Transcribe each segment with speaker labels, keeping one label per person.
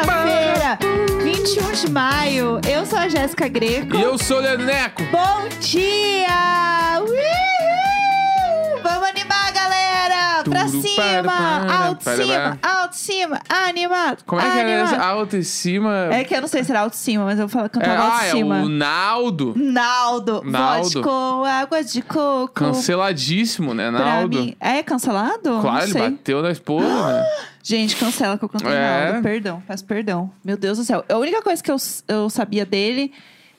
Speaker 1: Quarta-feira, 21 de maio. Eu sou a Jéssica Greco.
Speaker 2: E eu sou o Leoneco.
Speaker 1: Bom dia! Uhul! Vamos animar, galera!
Speaker 2: Tudo
Speaker 1: Pra
Speaker 2: para,
Speaker 1: cima!
Speaker 2: para,
Speaker 1: Alto
Speaker 2: para,
Speaker 1: cima! Alto cima! Animado!
Speaker 2: Como é que era
Speaker 1: animado.
Speaker 2: essa alta e cima?
Speaker 1: É que eu não sei se era alto cima, mas eu falo
Speaker 2: É,
Speaker 1: cantava alto
Speaker 2: ah, é
Speaker 1: cima.
Speaker 2: o Naldo.
Speaker 1: Naldo,
Speaker 2: Naldo.
Speaker 1: vodka, água de coco.
Speaker 2: Canceladíssimo, né,
Speaker 1: pra
Speaker 2: Naldo?
Speaker 1: mim. É cancelado?
Speaker 2: Claro,
Speaker 1: não
Speaker 2: ele
Speaker 1: sei.
Speaker 2: bateu na esposa. né?
Speaker 1: Gente, cancela que eu cantei
Speaker 2: É.
Speaker 1: Naldo. Perdão, peço perdão. Meu Deus do céu. A única coisa que eu, s- eu sabia dele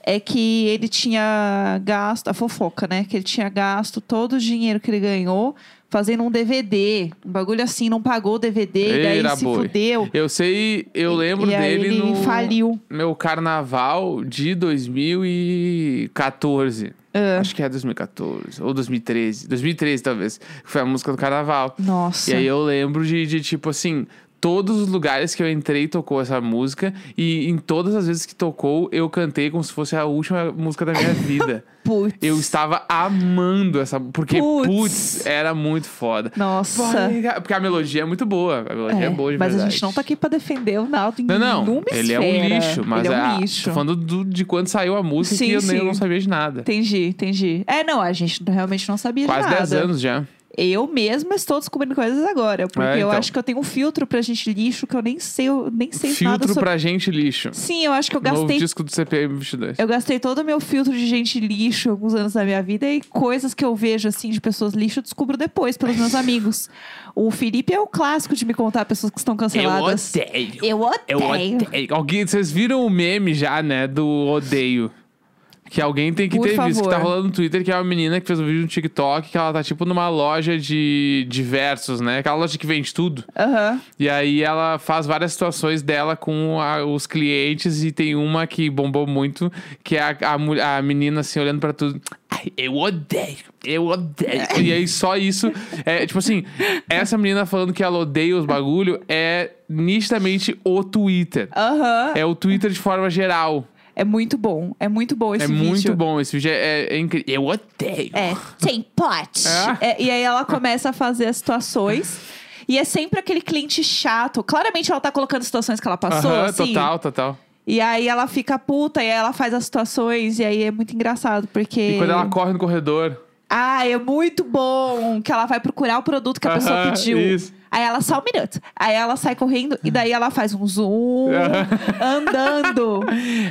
Speaker 1: é que ele tinha gasto, a fofoca, né? Que ele tinha gasto todo o dinheiro que ele ganhou fazendo um DVD. Um bagulho assim, não pagou o DVD, e daí
Speaker 2: Eira,
Speaker 1: se
Speaker 2: boi.
Speaker 1: fudeu.
Speaker 2: Eu sei, eu lembro
Speaker 1: e aí
Speaker 2: dele
Speaker 1: ele
Speaker 2: no
Speaker 1: faliu.
Speaker 2: meu carnaval de 2014.
Speaker 1: Ah.
Speaker 2: Acho que é 2014 ou 2013. 2013, talvez. Foi a música do carnaval.
Speaker 1: Nossa.
Speaker 2: E aí eu lembro de, de, tipo assim, todos os lugares que eu entrei tocou essa música. E em todas as vezes que tocou, eu cantei como se fosse a última música da minha vida.
Speaker 1: Putz.
Speaker 2: Eu estava amando essa. Porque,
Speaker 1: Putz.
Speaker 2: putz, era muito foda.
Speaker 1: Nossa.
Speaker 2: Vai, cara, Porque a melodia é muito boa. A melodia é, boa de
Speaker 1: mas
Speaker 2: verdade.
Speaker 1: a gente não tá aqui pra defender o Naldo em
Speaker 2: Não, não.
Speaker 1: nenhuma
Speaker 2: Ele é um
Speaker 1: esfera.
Speaker 2: lixo. Mas
Speaker 1: ele é
Speaker 2: a-
Speaker 1: um lixo.
Speaker 2: tô falando do- de quando saiu a música
Speaker 1: Sim,
Speaker 2: que eu nem
Speaker 1: sim.
Speaker 2: eu não sabia de nada.
Speaker 1: Entendi, entendi. É, não, a gente realmente não sabia
Speaker 2: Quase
Speaker 1: de nada.
Speaker 2: 10 anos já.
Speaker 1: Eu mesma estou descobrindo coisas agora, porque
Speaker 2: É,
Speaker 1: eu
Speaker 2: então.
Speaker 1: acho que eu tenho um filtro pra gente lixo que eu nem sei, eu nem sei nada
Speaker 2: Filtro
Speaker 1: sobre.
Speaker 2: pra gente lixo.
Speaker 1: Sim, eu acho que eu
Speaker 2: Novo
Speaker 1: gastei
Speaker 2: disco do CPM 22.
Speaker 1: eu gastei todo o meu filtro de gente lixo alguns anos da minha vida e coisas que eu vejo, assim, de pessoas lixo, eu descubro depois pelos meus amigos. O Felipe é o clássico de me contar pessoas que estão canceladas.
Speaker 2: odeio.
Speaker 1: Eu
Speaker 2: Eu odeio. É, Alguém, vocês viram o meme já, né? Do odeio. Que alguém tem que
Speaker 1: Por
Speaker 2: ter visto. Que tá
Speaker 1: favor.
Speaker 2: rolando no Twitter, que é uma menina que fez um vídeo no TikTok, que ela tá tipo numa loja de diversos, né? Aquela loja que vende tudo.
Speaker 1: Aham.
Speaker 2: E aí ela faz várias situações dela com a- os clientes e tem uma que bombou muito, que é a, a mu- a menina assim olhando pra tudo. Ai, eu odeio, eu odeio. e aí só isso, é tipo assim, essa menina falando que ela odeia os bagulho é nitidamente o Twitter.
Speaker 1: Aham.
Speaker 2: É o Twitter de forma geral.
Speaker 1: É muito bom. É muito bom esse
Speaker 2: é
Speaker 1: vídeo.
Speaker 2: muito bom esse vídeo, é, é incrível. Eu odeio.
Speaker 1: É, tem pote.
Speaker 2: É?
Speaker 1: É, e aí ela começa a fazer as situações. E é sempre aquele cliente chato. Claramente ela tá colocando situações que ela passou,
Speaker 2: Aham,
Speaker 1: assim.
Speaker 2: total, total.
Speaker 1: E aí ela fica puta, e aí ela faz as situações, e aí é muito engraçado, porque.
Speaker 2: E quando ela corre no corredor.
Speaker 1: Ah, é muito bom que ela vai procurar o produto que a pessoa
Speaker 2: Aham,
Speaker 1: pediu.
Speaker 2: isso.
Speaker 1: Aí ela só um minuto. Aí ela sai correndo e daí ela faz um zoom andando.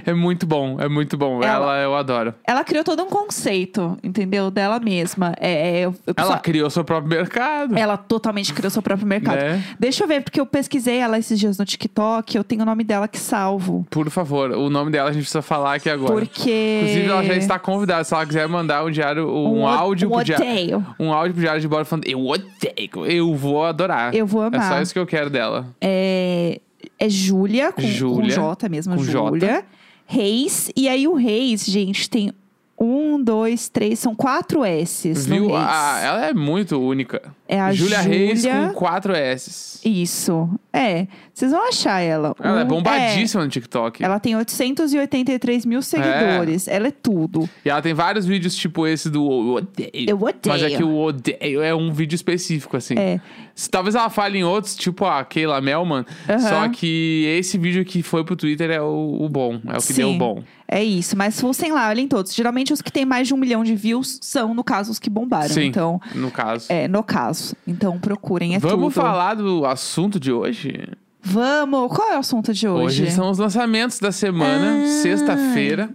Speaker 2: É muito bom, é muito bom.
Speaker 1: Ela-
Speaker 2: Ela eu adoro.
Speaker 1: Ela criou todo um conceito, entendeu? Dela mesma. É, é, eu- eu-
Speaker 2: Ela criou seu próprio mercado.
Speaker 1: Ela totalmente criou seu próprio mercado.
Speaker 2: Né?
Speaker 1: Deixa eu ver, porque eu pesquisei ela esses dias no TikTok, eu tenho o nome dela que salvo.
Speaker 2: Por favor, o nome dela a gente precisa falar aqui agora.
Speaker 1: Porque.
Speaker 2: Inclusive, ela já está convidada. Se ela quiser mandar um diário, um,
Speaker 1: o-
Speaker 2: áudio
Speaker 1: um
Speaker 2: pro diário.
Speaker 1: odeio.
Speaker 2: Um áudio pro diário de bora falando, eu odeio. Eu vou adorar.
Speaker 1: Eu vou
Speaker 2: É só
Speaker 1: amar.
Speaker 2: isso que eu quero dela.
Speaker 1: É, é Júlia, com, com
Speaker 2: Júlia,
Speaker 1: J mesmo,
Speaker 2: com J.
Speaker 1: Júlia. Reis. E aí, o Reis, gente, tem um, dois, três, são quatro S's. no
Speaker 2: Viu?
Speaker 1: Reis.
Speaker 2: Ah, ela é muito única.
Speaker 1: É a
Speaker 2: Júlia Reis
Speaker 1: Júlia-
Speaker 2: com 4 S.
Speaker 1: Isso. É. Vocês vão achar ela.
Speaker 2: Ela é
Speaker 1: Um-
Speaker 2: bombadíssima no TikTok.
Speaker 1: Ela tem 883 mil seguidores. Ela é tudo.
Speaker 2: E ela tem vários vídeos tipo esse do eu odeio.
Speaker 1: Eu odeio.
Speaker 2: Mas é que o odeio é um vídeo específico, assim.
Speaker 1: É.
Speaker 2: Se- Talvez ela fale em outros, tipo a Keila Melman.
Speaker 1: Aham.
Speaker 2: Só que esse vídeo que foi pro Twitter é o, o bom. É o que
Speaker 1: Sim.
Speaker 2: deu bom.
Speaker 1: É isso, mas fossem lá, olhem todos. Geralmente os que têm mais de um milhão de views são, no caso, os que bombaram.
Speaker 2: Sim,
Speaker 1: Então,
Speaker 2: no caso.
Speaker 1: é, no caso. Então procurem, é
Speaker 2: Vamos
Speaker 1: tudo.
Speaker 2: falar do assunto de hoje?
Speaker 1: Vamos! Qual é o assunto de hoje?
Speaker 2: são os lançamentos da semana,
Speaker 1: Ah.
Speaker 2: sexta-feira.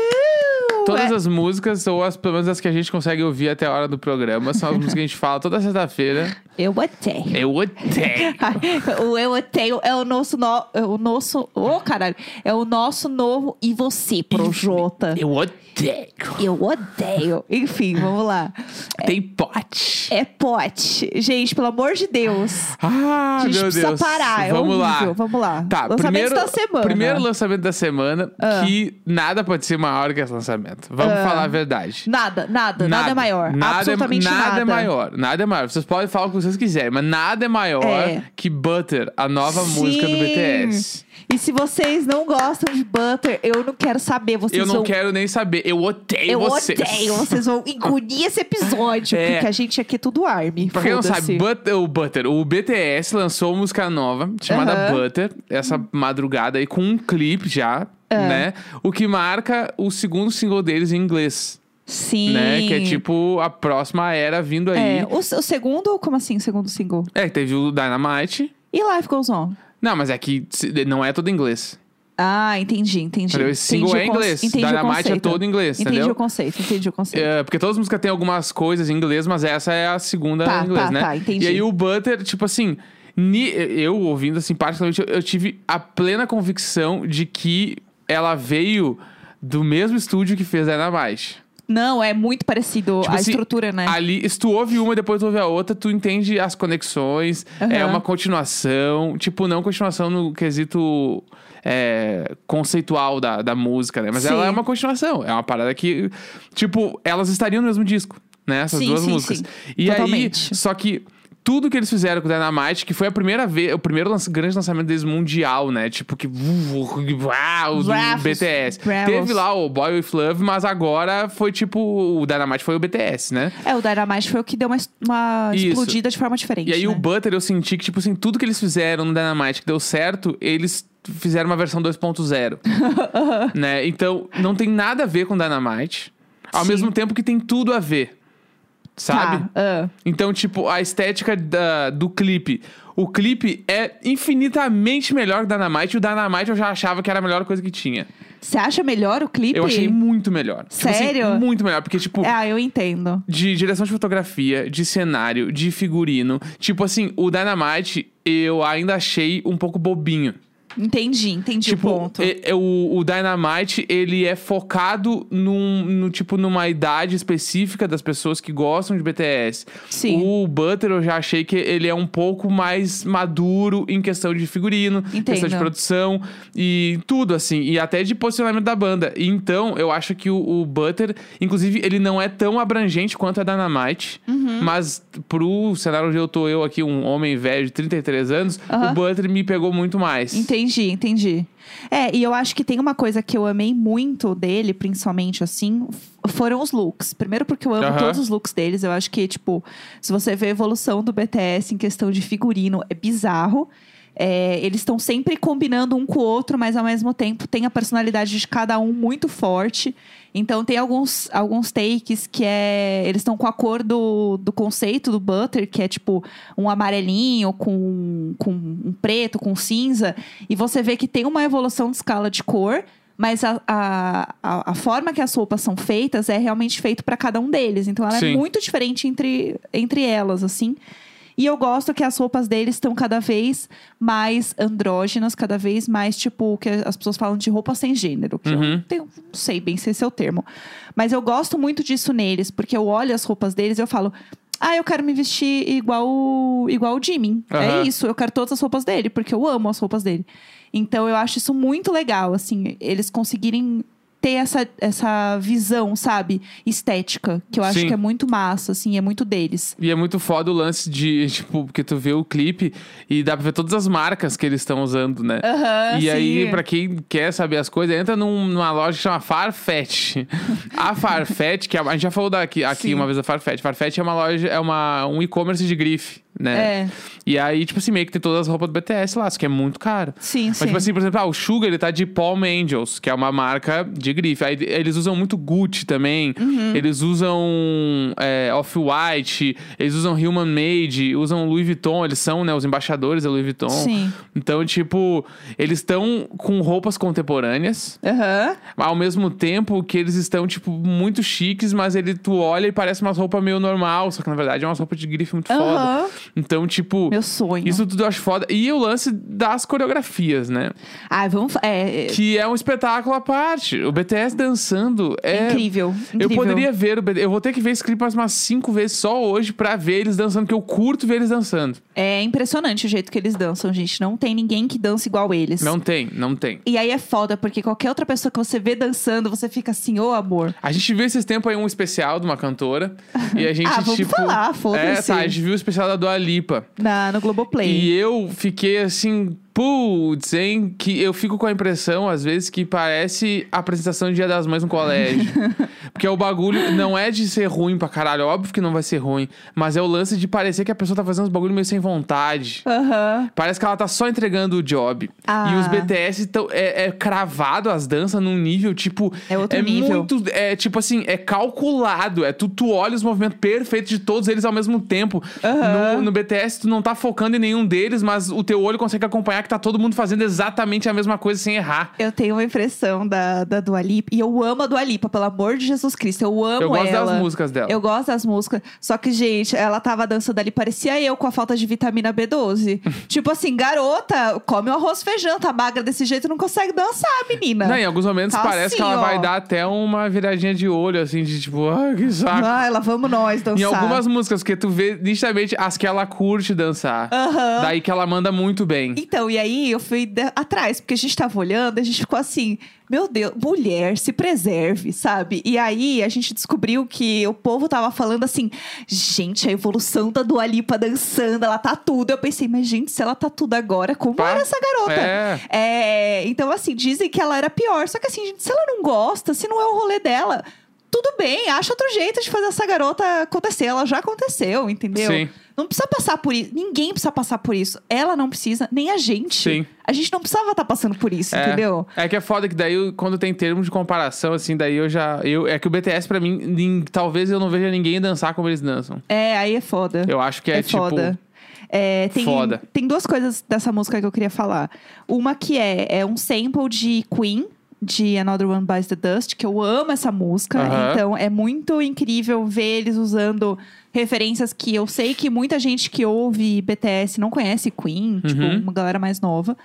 Speaker 1: Uhul!
Speaker 2: Todas
Speaker 1: É,
Speaker 2: as músicas, ou as, pelo menos as que a gente consegue ouvir até a hora do programa, são as músicas que a gente fala toda sexta-feira.
Speaker 1: Eu odeio.
Speaker 2: Eu odeio.
Speaker 1: o eu odeio é o nosso... No... é o nosso... Ô, caralho! É o nosso novo E Você, Projota.
Speaker 2: Eu odeio.
Speaker 1: Eu odeio. Enfim, vamos lá.
Speaker 2: Tem pote.
Speaker 1: É pote. Gente, pelo amor de Deus.
Speaker 2: Ah,
Speaker 1: A gente
Speaker 2: meu
Speaker 1: precisa
Speaker 2: Deus.
Speaker 1: parar, é
Speaker 2: Vamos lá.
Speaker 1: horrível. Vamos lá.
Speaker 2: Tá,
Speaker 1: Lançamentos
Speaker 2: primeiro,
Speaker 1: da semana.
Speaker 2: primeiro lançamento da semana,
Speaker 1: Ah.
Speaker 2: que nada pode ser maior que esse lançamento. Vamos falar a verdade.
Speaker 1: Nada, nada, nada, é maior.
Speaker 2: Nada, é-
Speaker 1: absolutamente nada.
Speaker 2: nada é maior. Nada é maior. Vocês podem falar o que vocês vocês quiserem, mas nada é maior
Speaker 1: É.
Speaker 2: que Butter, a nova
Speaker 1: Sim.
Speaker 2: música do BTS.
Speaker 1: E se vocês não gostam de butter, eu não quero saber. Vocês
Speaker 2: eu não
Speaker 1: vão...
Speaker 2: quero nem saber. Eu odeio
Speaker 1: Eu
Speaker 2: vocês.
Speaker 1: odeio. Vocês vão engolir esse episódio.
Speaker 2: É.
Speaker 1: Porque a gente aqui é tudo arme.
Speaker 2: Pra quem não
Speaker 1: foda-se.
Speaker 2: sabe, Butter- o Butter, o BTS lançou uma música nova chamada
Speaker 1: Aham.
Speaker 2: Butter, essa madrugada aí, com um clipe já,
Speaker 1: É.
Speaker 2: né? O que marca o segundo single deles em inglês,
Speaker 1: Sim.
Speaker 2: né? Que é tipo a próxima era vindo aí.
Speaker 1: É, o, o segundo, como assim, o segundo single?
Speaker 2: É, teve o Dynamite.
Speaker 1: E Life Goes On.
Speaker 2: Não, mas é que se- não é todo em inglês.
Speaker 1: Ah, entendi, entendi.
Speaker 2: Entendeu? Esse single é
Speaker 1: Entendi o
Speaker 2: em
Speaker 1: conce-
Speaker 2: inglês.
Speaker 1: Entendi o
Speaker 2: Dynamite é
Speaker 1: conceito.
Speaker 2: todo em inglês,
Speaker 1: Entendi
Speaker 2: entendeu?
Speaker 1: o conceito, entendi o conceito.
Speaker 2: É, porque todas as músicas têm algumas coisas em inglês, mas essa é a segunda
Speaker 1: Tá,
Speaker 2: em inglês,
Speaker 1: tá,
Speaker 2: né?
Speaker 1: tá, entendi.
Speaker 2: E aí o Butter, tipo assim, ni- eu ouvindo assim, particularmente, eu, eu tive a plena convicção de que ela veio do mesmo estúdio que fez Dynamite.
Speaker 1: Não, é muito parecido
Speaker 2: Tipo
Speaker 1: a
Speaker 2: assim,
Speaker 1: estrutura, né?
Speaker 2: Ali, se tu ouve uma e depois tu ouve a outra, tu entende as conexões,
Speaker 1: Aham.
Speaker 2: é uma continuação, tipo, não continuação no quesito é, conceitual da, da música, né? Mas
Speaker 1: Sim.
Speaker 2: ela é uma continuação, é uma parada que, tipo, elas estariam no mesmo disco, né? Essas
Speaker 1: Sim,
Speaker 2: duas
Speaker 1: sim,
Speaker 2: músicas.
Speaker 1: sim.
Speaker 2: E
Speaker 1: Totalmente.
Speaker 2: aí, só que tudo que eles fizeram com o Dynamite, que foi a primeira vez, o primeiro lança- grande lançamento deles mundial, né? Tipo, que. Uau, o
Speaker 1: Bravos,
Speaker 2: BTS.
Speaker 1: bravos.
Speaker 2: Teve lá o Boy With Love, mas agora foi tipo. O Dynamite foi o BTS, né?
Speaker 1: É, o Dynamite foi o que deu uma, es- uma
Speaker 2: Isso.
Speaker 1: explodida de forma diferente.
Speaker 2: E aí
Speaker 1: né?
Speaker 2: o Butter, eu senti que, tipo assim, tudo que eles fizeram no Dynamite que deu certo, eles fizeram uma versão 2.0. né? Então, não tem nada a ver com Dynamite. Ao
Speaker 1: Sim.
Speaker 2: mesmo tempo que tem tudo a ver. Sabe?
Speaker 1: Tá, ah,
Speaker 2: Então, tipo, a estética da- do clipe. O clipe é infinitamente melhor que o Dynamite. E o Dynamite eu já achava que era a melhor coisa que tinha.
Speaker 1: Você acha melhor o clipe?
Speaker 2: Eu achei muito melhor. Tipo assim,
Speaker 1: Sério?
Speaker 2: muito melhor. Porque, tipo,
Speaker 1: Ah, eu entendo.
Speaker 2: de direção de fotografia, de cenário, de figurino. Tipo assim, o Dynamite eu ainda achei um pouco bobinho.
Speaker 1: Entendi, entendi
Speaker 2: tipo,
Speaker 1: o ponto.
Speaker 2: é- é o, o Dynamite, ele é focado num, no, tipo, numa idade específica das pessoas que gostam de BTS.
Speaker 1: Sim.
Speaker 2: O Butter, eu já achei que ele é um pouco mais maduro em questão de figurino, em questão de
Speaker 1: Entendo.
Speaker 2: produção e tudo, assim. E até de posicionamento da banda. E então, eu acho que o, o Butter, inclusive, ele não é tão abrangente quanto a Dynamite.
Speaker 1: Uhum.
Speaker 2: Mas pro cenário onde eu tô, eu aqui, um homem velho de 33 anos, o
Speaker 1: Aham.
Speaker 2: Butter me pegou muito mais.
Speaker 1: Entendi, entendi. É, e eu acho que tem uma coisa que eu amei muito dele, principalmente, assim, f- foram os looks. Primeiro porque eu amo
Speaker 2: Aham.
Speaker 1: todos os looks deles. Eu acho que, tipo, se você vê a evolução do BTS em questão de figurino, é bizarro. É, eles estão sempre combinando um com o outro, mas ao mesmo tempo tem a personalidade de cada um muito forte. Então tem alguns, alguns takes que é. Eles estão com a cor do, do conceito do Butter, que é tipo um amarelinho com, com um preto, com cinza. E você vê que tem uma evolução de escala de cor, mas a, a, a, a forma que as roupas são feitas é realmente feito para cada um deles. Então ela
Speaker 2: Sim.
Speaker 1: é muito diferente entre, entre elas, assim. E eu gosto que as roupas deles estão cada vez mais andrógenas, cada vez mais, tipo, que as pessoas falam de roupa sem gênero. Que
Speaker 2: Uhum.
Speaker 1: eu tenho- não sei bem se esse é o termo. Mas eu gosto muito disso neles, porque eu olho as roupas deles e eu falo. Ah, eu quero me vestir igual, o- igual o Jimmy.
Speaker 2: Aham.
Speaker 1: É isso, eu quero todas as roupas dele, porque eu amo as roupas dele. Então eu acho isso muito legal, assim, eles conseguirem ter essa, essa visão, sabe, estética, que eu acho
Speaker 2: Sim.
Speaker 1: que é muito massa, assim, é muito deles.
Speaker 2: E é muito foda o lance de, tipo, porque tu vê o clipe e dá pra ver todas as marcas que eles estão usando, né?
Speaker 1: Aham,
Speaker 2: e aí,
Speaker 1: sim.
Speaker 2: pra quem quer saber as coisas, entra num- numa loja que chama Farfetch. A Farfetch, que é- a, gente já falou daqui, aqui
Speaker 1: Sim.
Speaker 2: uma vez da Farfetch. Farfetch é uma loja, é uma, um e-commerce de grife, né?
Speaker 1: É,
Speaker 2: E aí, tipo assim, meio que tem todas as roupas do BTS lá, isso que é muito caro.
Speaker 1: sim,
Speaker 2: Mas,
Speaker 1: sim.
Speaker 2: tipo assim, por exemplo, ah, o Sugar, ele tá de Palm Angels, que é uma marca de grife. Aí eles usam muito Gucci também.
Speaker 1: Uhum.
Speaker 2: Eles usam é, Off-White, eles usam Human Made, usam Louis Vuitton. Eles são, né, os embaixadores da Louis Vuitton.
Speaker 1: Sim.
Speaker 2: Então, tipo, eles estão com roupas contemporâneas,
Speaker 1: Aham.
Speaker 2: ao mesmo tempo que eles estão, tipo, muito chiques, mas ele, tu olha e parece umas roupas meio normal, só que na verdade é umas roupas de grife muito foda.
Speaker 1: Aham.
Speaker 2: Então, tipo,
Speaker 1: Meu sonho.
Speaker 2: isso tudo eu acho foda. E o lance das coreografias, né?
Speaker 1: Ah, vamos. fa- É, é
Speaker 2: Que é um espetáculo à parte. O BTS dançando é.
Speaker 1: incrível,
Speaker 2: Eu
Speaker 1: incrível.
Speaker 2: poderia ver o BTS. Eu vou ter que ver esse clipe umas- umas cinco vezes só hoje pra ver eles dançando, porque eu curto ver eles dançando.
Speaker 1: É impressionante o jeito que eles dançam, gente. Não tem ninguém que dança igual eles.
Speaker 2: Não tem, não tem.
Speaker 1: E aí é foda, porque qualquer outra pessoa que você vê dançando, você fica assim, ô amor.
Speaker 2: A gente viu esses tempos aí um especial de uma cantora. E a gente,
Speaker 1: ah, vamos
Speaker 2: tipo.
Speaker 1: falar,
Speaker 2: É,
Speaker 1: foda-se.
Speaker 2: tá, a gente viu o especial da Dua Dua Lipa.
Speaker 1: Na, no Globoplay.
Speaker 2: E eu fiquei assim, putz, hein? Que eu fico com a impressão, às vezes, que parece a apresentação de Dia das Mães no colégio. Porque o bagulho não é de ser ruim pra caralho, óbvio que não vai ser ruim. Mas é o lance de parecer que a pessoa tá fazendo os bagulhos meio sem vontade.
Speaker 1: Aham.
Speaker 2: Parece que ela tá só entregando o job.
Speaker 1: Ah.
Speaker 2: E os BTS tão, é, é cravado as danças num nível, tipo.
Speaker 1: É outro nível.
Speaker 2: muito. É tipo assim, é calculado. É tu, tu olha os movimentos perfeitos de todos eles ao mesmo tempo.
Speaker 1: Aham.
Speaker 2: No, no BTS, tu não tá focando em nenhum deles, mas o teu olho consegue acompanhar que tá todo mundo fazendo exatamente a mesma coisa sem errar.
Speaker 1: Eu tenho uma impressão da, da Dua Lipa. E eu amo a Dua Lipa, pelo amor de Jesus Cristo. Eu amo
Speaker 2: Eu gosto
Speaker 1: ela.
Speaker 2: das músicas dela.
Speaker 1: Eu gosto das músicas. Só que, gente, ela tava dançando ali, parecia eu com a falta de vitamina B12. tipo assim, garota, come o arroz e feijão, tá magra desse jeito, não consegue dançar, menina.
Speaker 2: Não, em alguns momentos
Speaker 1: Tá
Speaker 2: parece que
Speaker 1: assim,
Speaker 2: ela
Speaker 1: ó.
Speaker 2: vai dar até uma viradinha de olho, assim, de tipo, ah, que saco.
Speaker 1: Ah, ela, vamos nós dançar.
Speaker 2: Em algumas músicas, porque tu vê nitidamente as que ela curte dançar.
Speaker 1: Aham.
Speaker 2: Daí que ela manda muito bem.
Speaker 1: Então, e aí eu fui da- atrás, porque a gente tava olhando, a gente ficou assim, meu Deus, mulher, se preserve, sabe? E aí a gente descobriu que o povo tava falando assim, gente, a evolução da Dua Lipa dançando, ela tá tudo. Eu pensei, mas gente, se ela tá tudo agora, como
Speaker 2: Pá.
Speaker 1: era essa garota?
Speaker 2: É.
Speaker 1: É, então, assim, dizem que ela era pior. Só que assim, gente, se ela não gosta, se não é o rolê dela, tudo bem, acha outro jeito de fazer essa garota acontecer. Ela já aconteceu, entendeu?
Speaker 2: Sim.
Speaker 1: Não precisa passar por isso. Ninguém precisa passar por isso. Ela não precisa, nem a gente.
Speaker 2: Sim.
Speaker 1: A gente não precisava estar passando por isso,
Speaker 2: É.
Speaker 1: entendeu?
Speaker 2: É que é foda que daí, quando tem termos de comparação, assim, daí eu já. Eu, é que o BTS, pra mim, nin- talvez eu não veja ninguém dançar como eles dançam.
Speaker 1: É, aí é foda.
Speaker 2: Eu acho que é, tipo.
Speaker 1: foda. É, tem,
Speaker 2: foda.
Speaker 1: tem duas coisas dessa música que eu queria falar. Uma que é, é um sample de Queen, de Another One Bites the Dust, que eu amo essa música.
Speaker 2: Aham.
Speaker 1: Então é muito incrível ver eles usando referências que eu sei que muita gente que ouve BTS não conhece Queen, tipo,
Speaker 2: Uhum.
Speaker 1: uma galera mais nova.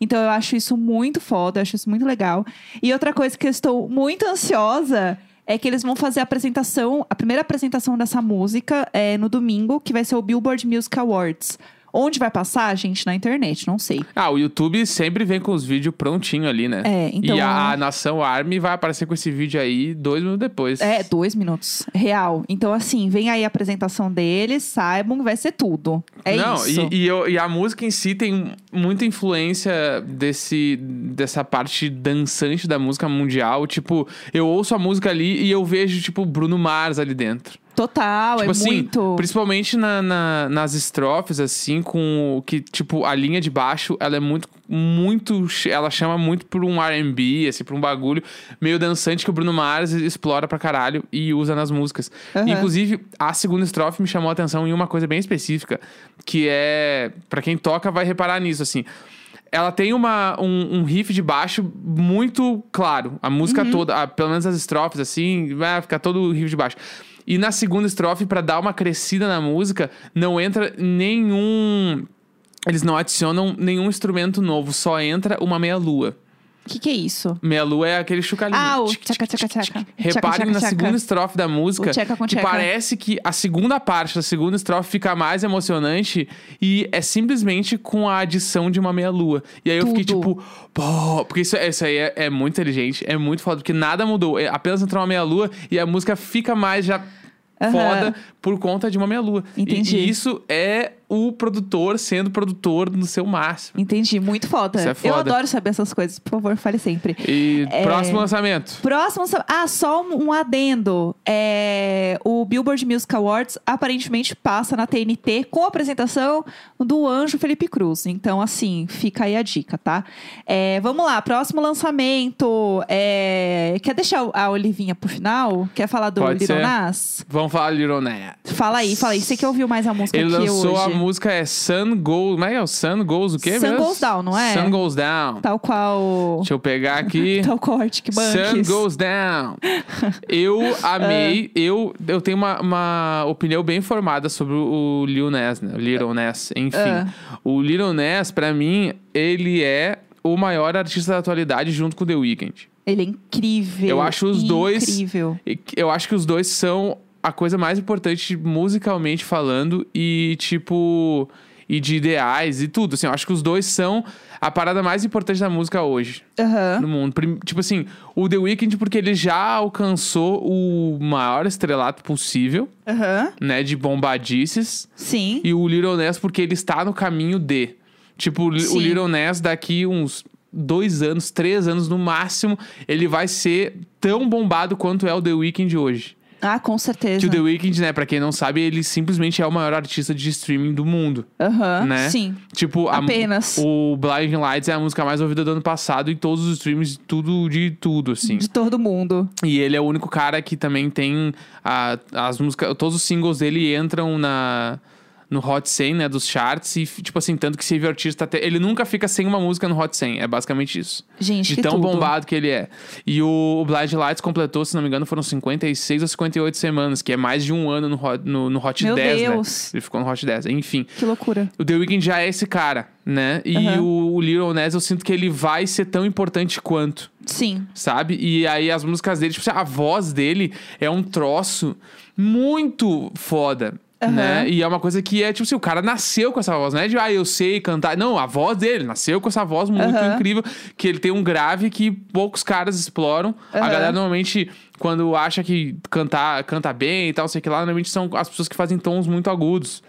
Speaker 1: Então eu acho isso muito foda, eu acho isso muito legal. E outra coisa que eu estou muito ansiosa é que eles vão fazer a apresentação, a primeira apresentação dessa música é no domingo, que vai ser o Billboard Music Awards. Onde vai passar, gente? Na internet, não sei.
Speaker 2: Ah, o YouTube sempre vem com os vídeos prontinho ali, né?
Speaker 1: É, então.
Speaker 2: e a, a Nação Army vai aparecer com esse vídeo aí dois minutos depois.
Speaker 1: É, dois minutos. Real. Então, assim, vem aí a apresentação deles, saibam que vai ser tudo. É
Speaker 2: não,
Speaker 1: isso.
Speaker 2: E, e eu- e a música em si tem um, muita influência desse, dessa parte dançante da música mundial. Tipo, eu ouço a música ali e eu vejo, tipo, Bruno Mars ali dentro.
Speaker 1: Total,
Speaker 2: tipo
Speaker 1: é
Speaker 2: assim,
Speaker 1: muito.
Speaker 2: principalmente na- na- nas estrofes, assim, com o que, tipo, a linha de baixo, ela é muito, muito, ch- ela chama muito por um R&B, assim, por um bagulho meio dançante que o Bruno Mars explora pra caralho e usa nas músicas.
Speaker 1: Aham.
Speaker 2: Inclusive, a segunda estrofe me chamou a atenção em uma coisa bem específica, que é, pra quem toca vai reparar nisso, assim... Ela tem uma, um, um riff de baixo muito claro. A música
Speaker 1: Uhum.
Speaker 2: toda, a- pelo menos as estrofes, assim, vai ficar todo o riff de baixo. E na segunda estrofe, pra dar uma crescida na música, não entra nenhum. Eles não adicionam nenhum instrumento novo, só entra uma meia-lua.
Speaker 1: O que, que é isso?
Speaker 2: Meia-lua é aquele chocalhinho.
Speaker 1: Ah, o
Speaker 2: Tchic,
Speaker 1: tchaca,
Speaker 2: tchic,
Speaker 1: tchaca,
Speaker 2: tchic,
Speaker 1: tchaca.
Speaker 2: tchic.
Speaker 1: Tchaca,
Speaker 2: Reparem
Speaker 1: tchaca,
Speaker 2: na
Speaker 1: tchaca.
Speaker 2: segunda estrofe da música,
Speaker 1: O tchaca com
Speaker 2: que
Speaker 1: tchaca.
Speaker 2: parece que a segunda parte da segunda estrofe fica mais emocionante e é simplesmente com a adição de uma meia-lua. E aí eu fiquei
Speaker 1: Tudo.
Speaker 2: tipo, pô, porque isso, isso aí é, é muito inteligente, é muito foda, porque nada mudou, é apenas entrou uma meia-lua e a música fica mais já
Speaker 1: Aham.
Speaker 2: foda por conta de uma meia-lua. E-
Speaker 1: Entendi.
Speaker 2: e isso é o produtor sendo produtor no seu máximo.
Speaker 1: Entendi, muito foda.
Speaker 2: Isso é
Speaker 1: Eu
Speaker 2: foda.
Speaker 1: adoro saber essas coisas, por favor, fale sempre.
Speaker 2: E
Speaker 1: É.
Speaker 2: próximo lançamento.
Speaker 1: Próximo. sa- Ah, só um, um adendo. É, o Billboard Music Awards aparentemente passa na TNT com a apresentação do Anjo Felipe Cruz. Então, assim, fica aí a dica, tá? É, vamos lá, próximo lançamento. É, quer deixar a Olivinha pro final? Quer falar do
Speaker 2: Pode
Speaker 1: Little
Speaker 2: ser.
Speaker 1: Nas?
Speaker 2: Vamos falar de Lironé.
Speaker 1: Fala aí, fala aí. Você que ouviu mais a música
Speaker 2: Ele
Speaker 1: que
Speaker 2: lançou
Speaker 1: hoje.
Speaker 2: a música é Sun Goes. Como é que é? O Sun Goes o quê
Speaker 1: Sun
Speaker 2: mesmo?
Speaker 1: Goes Down, não é? Tá
Speaker 2: Sun Goes Down.
Speaker 1: Tal qual.
Speaker 2: Deixa eu pegar aqui.
Speaker 1: Tal qual Arctic Monkeys.
Speaker 2: Sun Goes Down. Eu amei.
Speaker 1: É.
Speaker 2: Eu, eu tenho uma, uma opinião bem formada sobre o Lil Nas, né? Little Nas, enfim.
Speaker 1: Ah.
Speaker 2: O Little Nas, pra mim, ele é o maior artista da atualidade junto com o The Weeknd.
Speaker 1: Ele é incrível.
Speaker 2: Eu acho os dois-
Speaker 1: Incrível.
Speaker 2: E que- Eu acho que os dois são a coisa mais importante musicalmente falando e, tipo, e de ideais e tudo. Assim, eu acho que os dois são a parada mais importante da música hoje
Speaker 1: Aham.
Speaker 2: no mundo. Prim- Tipo assim, o The Weeknd, porque ele já alcançou o maior estrelato possível,
Speaker 1: Aham.
Speaker 2: né? De bombadices.
Speaker 1: Sim.
Speaker 2: E o Little Ness, porque ele está no caminho de. Tipo, o Li- o
Speaker 1: Sim.
Speaker 2: Little Ness, daqui uns dois anos, três anos no máximo, ele vai ser tão bombado quanto é o The Weeknd hoje.
Speaker 1: Ah, com certeza.
Speaker 2: Que o The Weeknd, né, pra quem não sabe, ele simplesmente é o maior artista de streaming do mundo.
Speaker 1: Aham.
Speaker 2: né?
Speaker 1: Sim.
Speaker 2: Tipo, a mu-
Speaker 1: Apenas.
Speaker 2: o Blinding Lights é a música mais ouvida do ano passado em todos os streams, tudo de tudo, assim.
Speaker 1: De todo mundo.
Speaker 2: E ele é o único cara que também tem a- as músicas, todos os singles dele entram na no Hot 100, né, dos charts e tipo assim, tanto que Save Your Tears tá até, ele nunca fica sem uma música no Hot 100, é basicamente isso.
Speaker 1: Gente,
Speaker 2: De
Speaker 1: que
Speaker 2: tão
Speaker 1: tudo.
Speaker 2: bombado que ele é. E o, o Blind Lights completou, se não me engano, foram 56 ou 58 semanas, que é mais de um ano no Hot, no, no Hot
Speaker 1: Meu
Speaker 2: 10, né?
Speaker 1: Deus.
Speaker 2: Ele ficou no Hot 10, enfim.
Speaker 1: Que loucura.
Speaker 2: O The Weeknd já é esse cara, né? E
Speaker 1: Aham.
Speaker 2: o, o Little Nas, eu sinto que ele vai ser tão importante quanto,
Speaker 1: Sim.
Speaker 2: sabe? E aí as músicas dele, tipo, assim, a voz dele é um troço muito foda.
Speaker 1: Aham.
Speaker 2: Né? E é uma coisa que é tipo assim, o cara nasceu com essa voz, não é de ah, eu sei cantar. Não, a voz dele nasceu com essa voz muito
Speaker 1: Aham.
Speaker 2: incrível, que ele tem um grave que poucos caras exploram. A
Speaker 1: Aham.
Speaker 2: galera normalmente, quando acha que cantar, canta bem e tal, sei que lá, normalmente são as pessoas que fazem tons muito agudos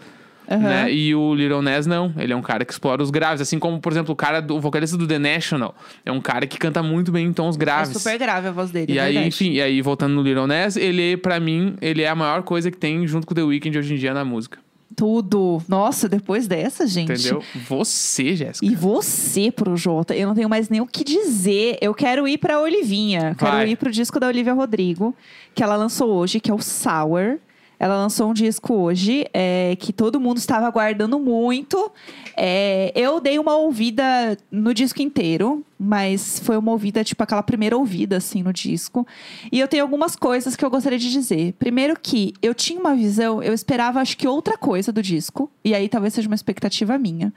Speaker 1: Aham.
Speaker 2: né? E o Little Nas não, ele é um cara que explora os graves, assim como, por exemplo, o cara do o vocalista do The National, é um cara que canta muito bem em tons
Speaker 1: É
Speaker 2: graves.
Speaker 1: super grave a voz dele.
Speaker 2: e
Speaker 1: é
Speaker 2: aí,
Speaker 1: verdade.
Speaker 2: enfim, e aí voltando no Little Nas, ele para mim, ele é a maior coisa que tem junto com o The Weeknd hoje em dia na música,
Speaker 1: Tudo. Nossa, depois dessa, gente.
Speaker 2: entendeu? Você, Jéssica.
Speaker 1: E você, Projota, eu não tenho mais nem o que dizer. Eu quero ir pra Olivinha. Eu Quero
Speaker 2: Vai.
Speaker 1: ir pro disco da Olivia Rodrigo, que ela lançou hoje, que é o Sour. Ela lançou um disco hoje é, que todo mundo estava aguardando muito. É, eu dei uma ouvida no disco inteiro, mas foi uma ouvida, tipo, aquela primeira ouvida, assim, no disco. E eu tenho algumas coisas que eu gostaria de dizer. Primeiro que eu tinha uma visão, eu esperava, acho que, outra coisa do disco. E aí talvez seja uma expectativa minha.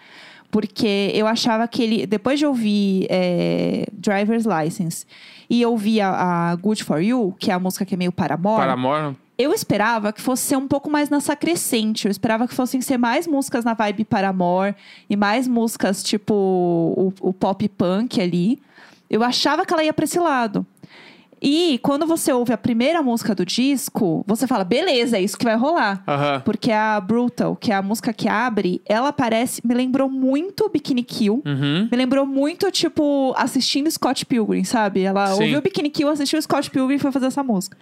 Speaker 1: Porque eu achava que ele, depois de ouvir é, Driver's License e ouvir a, a Good For You, que é a música que é meio Paramore,
Speaker 2: Paramore,
Speaker 1: eu esperava que fosse ser um pouco mais nessa crescente. Eu esperava que fossem ser mais músicas na vibe Paramore e mais músicas tipo o, o pop punk ali. Eu achava que ela ia pra esse lado. E quando você ouve a primeira música do disco, você fala, beleza, é isso que vai rolar.
Speaker 2: aham.
Speaker 1: Porque a Brutal, que é a música que abre, ela parece. Me lembrou muito Bikini Kill.
Speaker 2: Uhum.
Speaker 1: Me lembrou muito, tipo, assistindo Scott Pilgrim, sabe? Ela
Speaker 2: Sim.
Speaker 1: ouviu Bikini Kill, assistiu Scott Pilgrim e foi fazer essa música.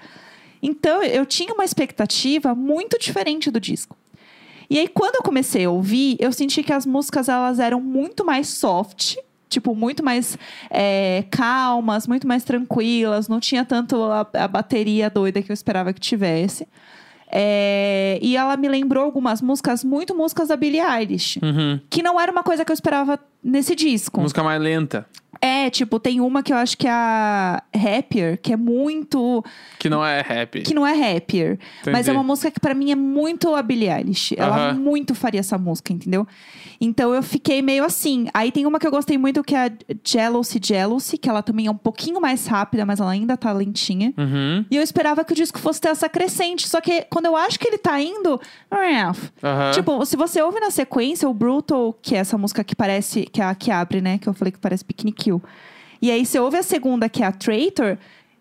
Speaker 1: Então, eu tinha uma expectativa muito diferente do disco. E aí, quando eu comecei a ouvir, eu senti que as músicas, elas eram muito mais soft. Tipo, muito mais é, calmas, muito mais tranquilas. Não tinha tanto a, a bateria doida que eu esperava que tivesse. É, e ela me lembrou algumas músicas, muito músicas da Billie Eilish.
Speaker 2: Uhum.
Speaker 1: Que não era uma coisa que eu esperava nesse disco.
Speaker 2: Música mais lenta,
Speaker 1: É, tipo, tem uma que eu acho que é a Happier, que é muito.
Speaker 2: que não é rap.
Speaker 1: que não é Happier. Mas
Speaker 2: Entendi.
Speaker 1: é uma música que pra mim é muito a Billie Eilish. Ela
Speaker 2: Aham.
Speaker 1: muito faria essa música, entendeu? Então eu fiquei meio assim. Aí tem uma que eu gostei muito que é a Jealousy Jealousy, que ela também é um pouquinho mais rápida, mas ela ainda tá lentinha.
Speaker 2: Uhum.
Speaker 1: E eu esperava que o disco fosse ter essa crescente. Só que quando eu acho que ele tá indo.
Speaker 2: Aham.
Speaker 1: Tipo, se você ouve na sequência o Brutal, que é essa música que parece, que é a que abre, né? Que eu falei que parece Bikini Kill. E aí você ouve a segunda, que é a Traitor,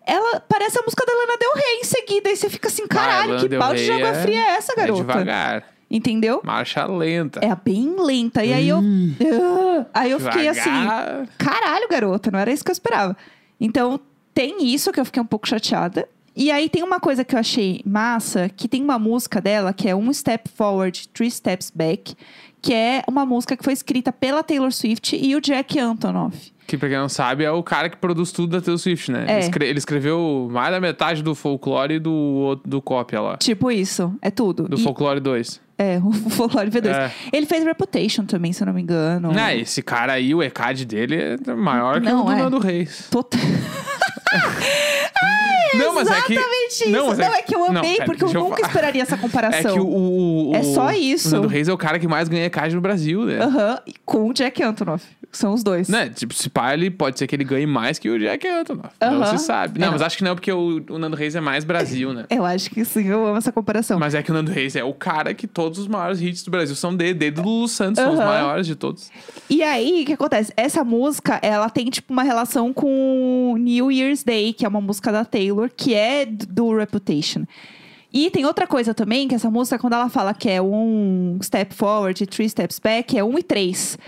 Speaker 1: ela parece a música da Lana Del Rey em seguida. E você fica assim, caralho,
Speaker 2: Ah, Lana
Speaker 1: que
Speaker 2: Del
Speaker 1: balde de
Speaker 2: Rey
Speaker 1: água
Speaker 2: é-
Speaker 1: fria é essa,
Speaker 2: é
Speaker 1: garota?
Speaker 2: devagar,
Speaker 1: Entendeu?
Speaker 2: marcha lenta.
Speaker 1: É bem lenta. E aí eu. Ah, aí eu fiquei assim,
Speaker 2: Devagar.
Speaker 1: caralho, garota, não era isso que eu esperava. Então, tem isso que eu fiquei um pouco chateada. E aí tem uma coisa que eu achei massa, que tem uma música dela que é Um Step Forward, Three Steps Back, que é uma música que foi escrita pela Taylor Swift e o Jack Antonoff.
Speaker 2: Que pra quem não sabe, é o cara que produz tudo da Taylor Swift, né?
Speaker 1: É.
Speaker 2: Ele, escre- ele escreveu mais da metade do folclore e do, outro- do cópia lá.
Speaker 1: Tipo isso, é tudo.
Speaker 2: Do
Speaker 1: E-
Speaker 2: folclore 2.
Speaker 1: É, o Folklore V2.
Speaker 2: É.
Speaker 1: Ele fez Reputation também, se eu não me engano.
Speaker 2: Ah, esse cara aí, o ECAD dele é maior que
Speaker 1: Hum. Não,
Speaker 2: o do
Speaker 1: é.
Speaker 2: Nando Reis.
Speaker 1: Total.
Speaker 2: Não, mas é que-
Speaker 1: Exatamente isso.
Speaker 2: não,
Speaker 1: Não,
Speaker 2: mas é
Speaker 1: é que eu
Speaker 2: não,
Speaker 1: amei,
Speaker 2: pera,
Speaker 1: porque eu
Speaker 2: deixa eu
Speaker 1: nunca
Speaker 2: falar.
Speaker 1: esperaria essa
Speaker 2: É
Speaker 1: comparação.
Speaker 2: que o, o, o-
Speaker 1: É só
Speaker 2: o
Speaker 1: isso.
Speaker 2: Nando Reis é o cara que mais ganha caixa no Brasil, né?
Speaker 1: Aham, e com o Jack Antonoff. São os dois.
Speaker 2: Né? Tipo, se pá, ele pode ser que ele ganhe mais que o Jack Antonoff. Não
Speaker 1: Aham.
Speaker 2: se sabe.
Speaker 1: É,
Speaker 2: Não,
Speaker 1: não.
Speaker 2: mas acho que não, porque o, o Nando Reis é mais Brasil, né?
Speaker 1: Eu acho que sim, eu amo essa comparação.
Speaker 2: Mas é que o Nando Reis é o cara que todos os maiores hits do Brasil são dele, dele do Lulu Santos, são os
Speaker 1: Aham.
Speaker 2: maiores de todos.
Speaker 1: E aí, o que acontece? Essa música, ela tem, tipo, uma relação com New Year's Day, que é uma música da Taylor, que é d- do Reputation. E tem outra coisa também, que essa música, quando ela fala que é um step forward e three steps back, é um e três.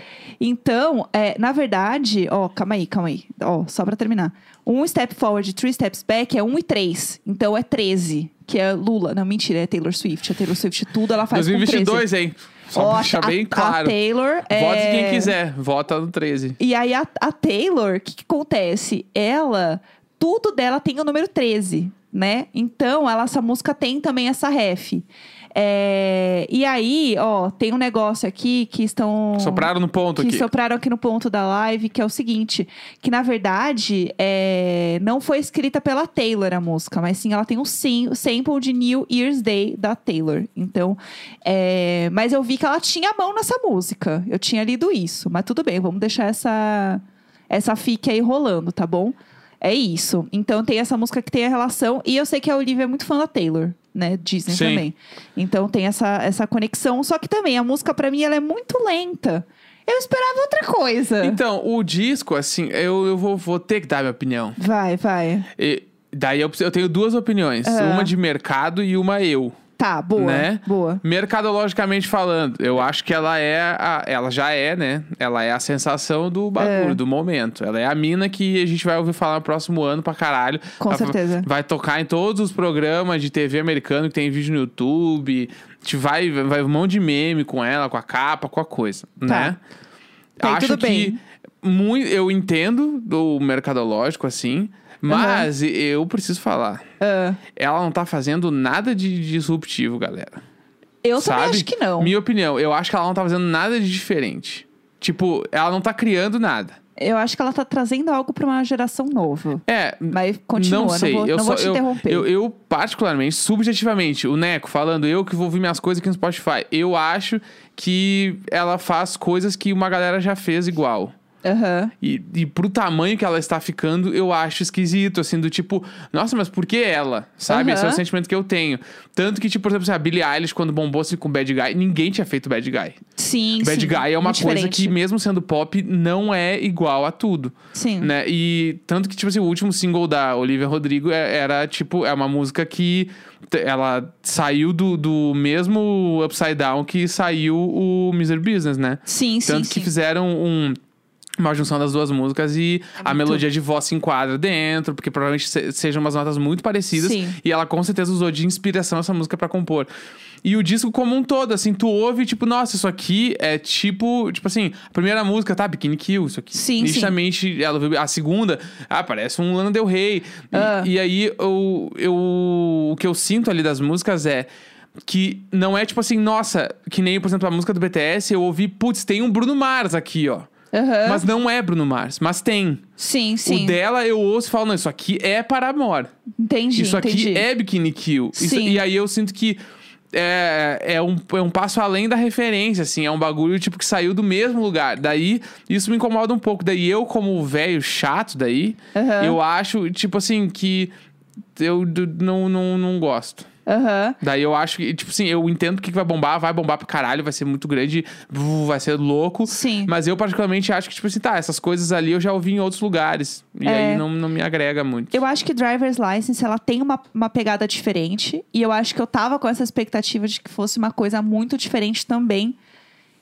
Speaker 1: Então, é, na verdade, ó, calma aí, calma aí. Ó, só pra terminar. Um step forward e three steps back é um e três. Então é 13, que é Lula. Não, mentira, é Taylor Swift. A Taylor Swift, tudo ela faz com 13.
Speaker 2: 2022, hein? Só
Speaker 1: Ó,
Speaker 2: pra deixar
Speaker 1: a-
Speaker 2: bem claro.
Speaker 1: A Taylor é...
Speaker 2: Vote quem quiser, vota no 13.
Speaker 1: E aí a, a Taylor, o que, que acontece? Ela, tudo dela tem o número 13, né? Então, ela, essa música tem também essa ref. É, e aí, ó, tem um negócio aqui que estão.
Speaker 2: Sopraram no ponto
Speaker 1: É. que
Speaker 2: aqui.
Speaker 1: sopraram aqui no ponto da live, que é o seguinte: que na verdade é, não foi escrita pela Taylor a música, mas sim ela tem um sim, sample de New Year's Day da Taylor. Então, é, mas eu vi que ela tinha a mão nessa música. Eu tinha lido isso, mas tudo bem, vamos deixar essa essa fique aí rolando, tá bom? É isso. Então tem essa música que tem a relação e eu sei que a Olivia é muito fã da Taylor, né? Disney
Speaker 2: Sim.
Speaker 1: também. Então tem essa, essa conexão, só que também a música pra mim ela é muito lenta. Eu esperava outra coisa.
Speaker 2: Então, o disco, assim, eu, eu vou, vou ter que dar minha opinião.
Speaker 1: Vai, vai.
Speaker 2: E daí eu, preciso- eu tenho duas opiniões.
Speaker 1: Aham.
Speaker 2: Uma de mercado e uma eu.
Speaker 1: Tá, boa.
Speaker 2: Né?
Speaker 1: Boa.
Speaker 2: Mercadologicamente falando, eu acho que ela é. a- ela já é, né? Ela é a sensação do bagulho, do momento. Ela é a mina que a gente vai ouvir falar no próximo ano pra caralho.
Speaker 1: Com
Speaker 2: Ela
Speaker 1: certeza.
Speaker 2: Vai tocar em todos os programas de TV americano que tem vídeo no YouTube. A gente vai, vai um monte de meme com ela, com a capa, com a coisa, né?
Speaker 1: Tá,
Speaker 2: acho
Speaker 1: tudo
Speaker 2: que
Speaker 1: bem.
Speaker 2: mui- eu entendo do mercadológico, assim, mas eu preciso falar.
Speaker 1: Ah,
Speaker 2: Ela não tá fazendo nada de disruptivo, galera.
Speaker 1: eu
Speaker 2: sabe?
Speaker 1: também acho que não.
Speaker 2: Minha opinião, eu acho que ela não tá fazendo nada de diferente. Tipo, ela não tá criando nada.
Speaker 1: Eu acho que ela tá trazendo algo pra uma geração nova.
Speaker 2: É,
Speaker 1: Mas continua,
Speaker 2: não
Speaker 1: não,
Speaker 2: sei.
Speaker 1: vou,
Speaker 2: eu
Speaker 1: não
Speaker 2: só,
Speaker 1: vou te
Speaker 2: eu,
Speaker 1: interromper.
Speaker 2: Eu, eu, particularmente, subjetivamente, o Neco falando, eu que vou ouvir minhas coisas aqui no Spotify, eu acho que ela faz coisas que uma galera já fez igual.
Speaker 1: Aham.
Speaker 2: E, e pro tamanho que ela está ficando, eu acho esquisito, assim, do tipo, nossa, mas por que ela? Sabe? Esse é o
Speaker 1: Aham.
Speaker 2: sentimento que eu tenho. Tanto que, tipo, por exemplo, assim, a Billie Eilish, quando bombou assim, com Bad Guy, ninguém tinha feito Bad Guy.
Speaker 1: Sim,
Speaker 2: Bad
Speaker 1: sim.
Speaker 2: Guy é uma
Speaker 1: Muito
Speaker 2: coisa
Speaker 1: diferente.
Speaker 2: que, mesmo sendo pop, não é igual a tudo.
Speaker 1: Sim.
Speaker 2: Né? E tanto que, tipo assim, o último single da Olivia Rodrigo é- era, tipo, é uma música que t- ela saiu do, do mesmo Upside Down que saiu o Miser Business, né?
Speaker 1: Sim, sim,
Speaker 2: Tanto que
Speaker 1: sim.
Speaker 2: fizeram um- Uma junção das duas músicas e
Speaker 1: É
Speaker 2: a melodia de voz se enquadra dentro, porque provavelmente se- sejam umas notas muito parecidas.
Speaker 1: Sim.
Speaker 2: E ela com certeza usou de inspiração essa música pra compor. E o disco como um todo, assim, tu ouve, tipo, nossa, isso aqui é tipo, tipo assim, a primeira música, tá? Bikini Kill, isso aqui.
Speaker 1: Sim, sim.
Speaker 2: Nitidamente, ela ouviu. A segunda, ah, parece um Lana Del Rey. E-
Speaker 1: Ah.
Speaker 2: E, aí, eu, eu, o que eu sinto ali das músicas é que não é tipo assim, nossa, que nem, por exemplo, a música do BTS, eu ouvi, putz, tem um Bruno Mars aqui, ó.
Speaker 1: Aham.
Speaker 2: Mas não é Bruno Mars, mas tem.
Speaker 1: Sim, sim.
Speaker 2: O dela eu ouço e falo, não, isso aqui é Paramore.
Speaker 1: Entendi,
Speaker 2: Isso aqui
Speaker 1: entendi.
Speaker 2: é Bikini Kill. Isso-
Speaker 1: Sim.
Speaker 2: e aí eu sinto que é, é, um, é um passo além da referência, assim. É um bagulho, tipo, que saiu do mesmo lugar. Daí, isso me incomoda um pouco. Daí eu, como velho chato daí,
Speaker 1: Aham.
Speaker 2: eu acho, tipo assim, que eu d- não, não, não gosto.
Speaker 1: Aham.
Speaker 2: Daí eu acho que, tipo assim, eu entendo que vai bombar, vai bombar pro caralho, vai ser muito grande, vu, vai ser louco.
Speaker 1: Sim.
Speaker 2: Mas eu particularmente acho que, tipo assim, tá, essas coisas ali eu já ouvi em outros lugares. E
Speaker 1: É.
Speaker 2: aí não, não me agrega muito.
Speaker 1: Eu acho que Driver's License, ela tem uma, uma pegada diferente. E eu acho que eu tava com essa expectativa de que fosse uma coisa muito diferente também.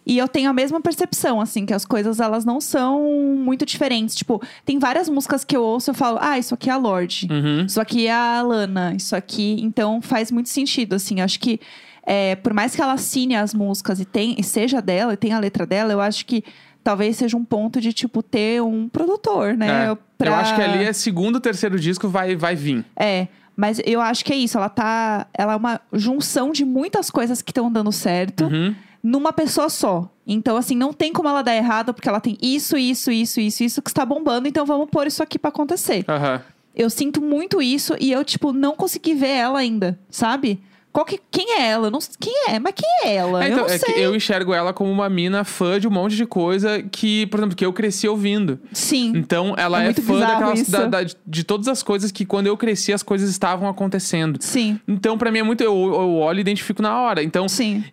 Speaker 1: E eu tenho a mesma percepção, assim, que as coisas, elas não são muito diferentes. Tipo, tem várias músicas que eu ouço e eu falo, ah, isso aqui é a Lorde.
Speaker 2: Uhum.
Speaker 1: Isso aqui é a Lana, isso aqui. Então faz muito sentido, assim. Eu acho que, é, por mais que ela assine as músicas e, tem, e seja dela, e tenha a letra dela, eu acho que talvez seja um ponto de, tipo, ter um produtor, né?
Speaker 2: É.
Speaker 1: Pra-
Speaker 2: Eu acho que ali é segundo, terceiro disco vai, vai vir.
Speaker 1: É, mas eu acho que é isso. Ela tá. Ela é uma junção de muitas coisas que estão dando certo
Speaker 2: Uhum.
Speaker 1: numa pessoa só. Então, assim, não tem como ela dar errado, porque ela tem isso, isso, isso, isso, isso que está bombando, então vamos pôr isso aqui pra acontecer.
Speaker 2: Aham.
Speaker 1: Eu sinto muito isso e eu, tipo, não consegui ver ela ainda, sabe? Qual que, quem é ela? Eu Não, s- quem é? Mas quem é ela?
Speaker 2: É,
Speaker 1: eu
Speaker 2: então,
Speaker 1: não
Speaker 2: é que
Speaker 1: sei.
Speaker 2: eu enxergo ela como uma mina fã de um monte de coisa que, por exemplo, que eu cresci ouvindo.
Speaker 1: Sim.
Speaker 2: Então, ela
Speaker 1: É
Speaker 2: é,
Speaker 1: muito
Speaker 2: fã
Speaker 1: bizarro
Speaker 2: daquelas,
Speaker 1: isso.
Speaker 2: da- da- de todas as coisas que quando eu cresci as coisas estavam acontecendo.
Speaker 1: Sim.
Speaker 2: Então, pra mim é muito. Eu, eu olho e identifico na hora. Então,
Speaker 1: Sim.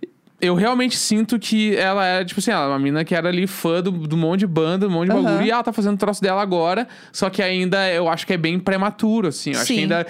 Speaker 2: eu realmente sinto que ela era, tipo assim, ela é uma mina que era ali fã do, do monte de banda, do monte de
Speaker 1: Aham.
Speaker 2: bagulho, e ela tá fazendo o troço dela agora, só que ainda eu acho que é bem prematuro, assim. Eu acho que
Speaker 1: Sim.
Speaker 2: ainda.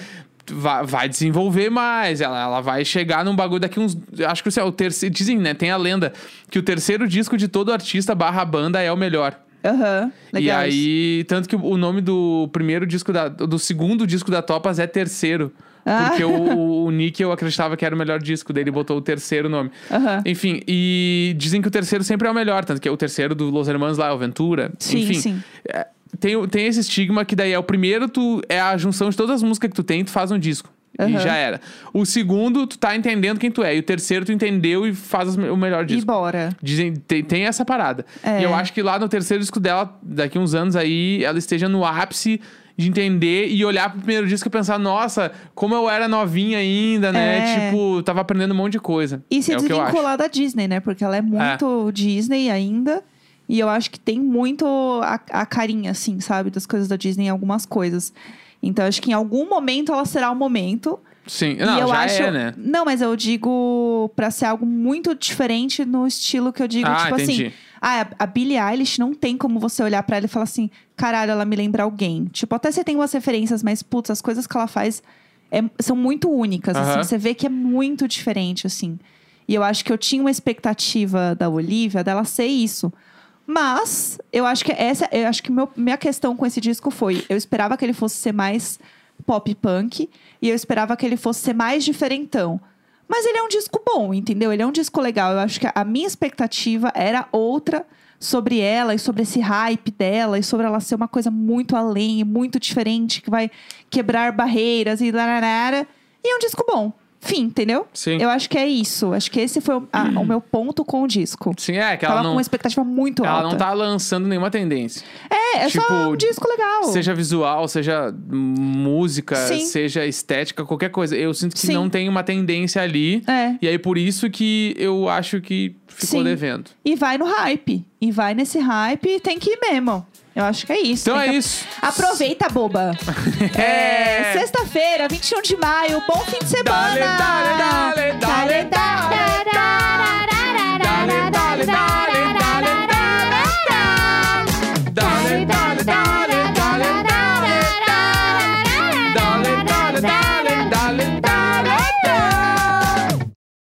Speaker 2: va- Vai, desenvolver mais, ela, ela vai chegar num bagulho daqui uns. Acho que assim, é o terceiro. Dizem, né? Tem a lenda que o terceiro disco de todo artista barra banda é o melhor.
Speaker 1: Aham. Legal.
Speaker 2: E
Speaker 1: isso.
Speaker 2: aí, tanto que o nome do primeiro disco da, do segundo disco da Topas é terceiro.
Speaker 1: Ah.
Speaker 2: Porque o, o Nick eu acreditava que era o melhor disco dele, botou o terceiro nome.
Speaker 1: Aham.
Speaker 2: Enfim, e dizem que o terceiro sempre é o melhor, tanto que é o terceiro do Los Hermanos lá, é o Ventura.
Speaker 1: Sim,
Speaker 2: Enfim,
Speaker 1: sim.
Speaker 2: é, tem, o- tem esse estigma que daí é o primeiro, tu é a junção de todas as músicas que tu tem, tu faz um disco. E
Speaker 1: Aham.
Speaker 2: já era. O segundo, tu tá entendendo quem tu é. E o terceiro, tu entendeu e faz as- o melhor disco.
Speaker 1: E bora.
Speaker 2: Dizem, tem, tem essa parada.
Speaker 1: É.
Speaker 2: E eu acho que lá no terceiro disco dela, daqui uns anos aí, ela esteja no ápice de entender e olhar pro primeiro disco e pensar, nossa, como eu era novinha ainda, né?
Speaker 1: É.
Speaker 2: Tipo, tava aprendendo um monte de coisa.
Speaker 1: E se
Speaker 2: é o que eu acho.
Speaker 1: desvincular da Disney, né? Porque ela é muito Disney ainda. E eu acho que tem muito a, a carinha, assim, sabe? Das coisas da Disney em algumas coisas. Então, acho que em algum momento ela será o momento.
Speaker 2: Sim, não,
Speaker 1: e eu
Speaker 2: já
Speaker 1: acho.
Speaker 2: é, né?
Speaker 1: Não, mas eu digo pra ser algo muito diferente no estilo que eu digo,
Speaker 2: ah,
Speaker 1: tipo
Speaker 2: entendi.
Speaker 1: assim. Ah, a Billie Eilish não tem como você olhar pra ela e falar assim, caralho, ela me lembra alguém. Tipo, até você tem umas referências, mas, putz, as coisas que ela faz é- são muito únicas. assim.
Speaker 2: Aham.
Speaker 1: Você vê que é muito diferente, assim. E eu acho que eu tinha uma expectativa da Olivia dela ser isso. Mas eu acho que essa, eu acho que meu- minha questão com esse disco foi, eu esperava que ele fosse ser mais pop punk e eu esperava que ele fosse ser mais diferentão. Mas ele é um disco bom, entendeu? Ele é um disco legal. Eu acho que a minha expectativa era outra sobre ela e sobre esse hype dela e sobre ela ser uma coisa muito além e muito diferente que vai quebrar barreiras e lararara. E é um disco bom. Fim, entendeu?
Speaker 2: Sim.
Speaker 1: Eu acho que é isso. Acho que esse foi o, a- o meu ponto com o disco.
Speaker 2: Sim, é que
Speaker 1: Tava
Speaker 2: ela
Speaker 1: com
Speaker 2: não,
Speaker 1: uma expectativa muito
Speaker 2: ela
Speaker 1: alta.
Speaker 2: não tá lançando nenhuma tendência.
Speaker 1: É, é
Speaker 2: tipo,
Speaker 1: só um disco legal.
Speaker 2: Seja visual, seja música,
Speaker 1: Sim.
Speaker 2: seja estética, qualquer coisa. Eu sinto que
Speaker 1: Sim.
Speaker 2: não tem uma tendência ali.
Speaker 1: É.
Speaker 2: E aí, por isso que eu acho que ficou
Speaker 1: Sim.
Speaker 2: devendo.
Speaker 1: E vai no hype. E vai nesse hype e tem que ir mesmo. Eu acho que é isso.
Speaker 2: Então
Speaker 1: Tem
Speaker 2: é
Speaker 1: que-
Speaker 2: isso.
Speaker 1: Aproveita, boba.
Speaker 2: É.
Speaker 1: Sexta-feira, 21 de um maio. Bom fim de semana.
Speaker 2: Dale, dale.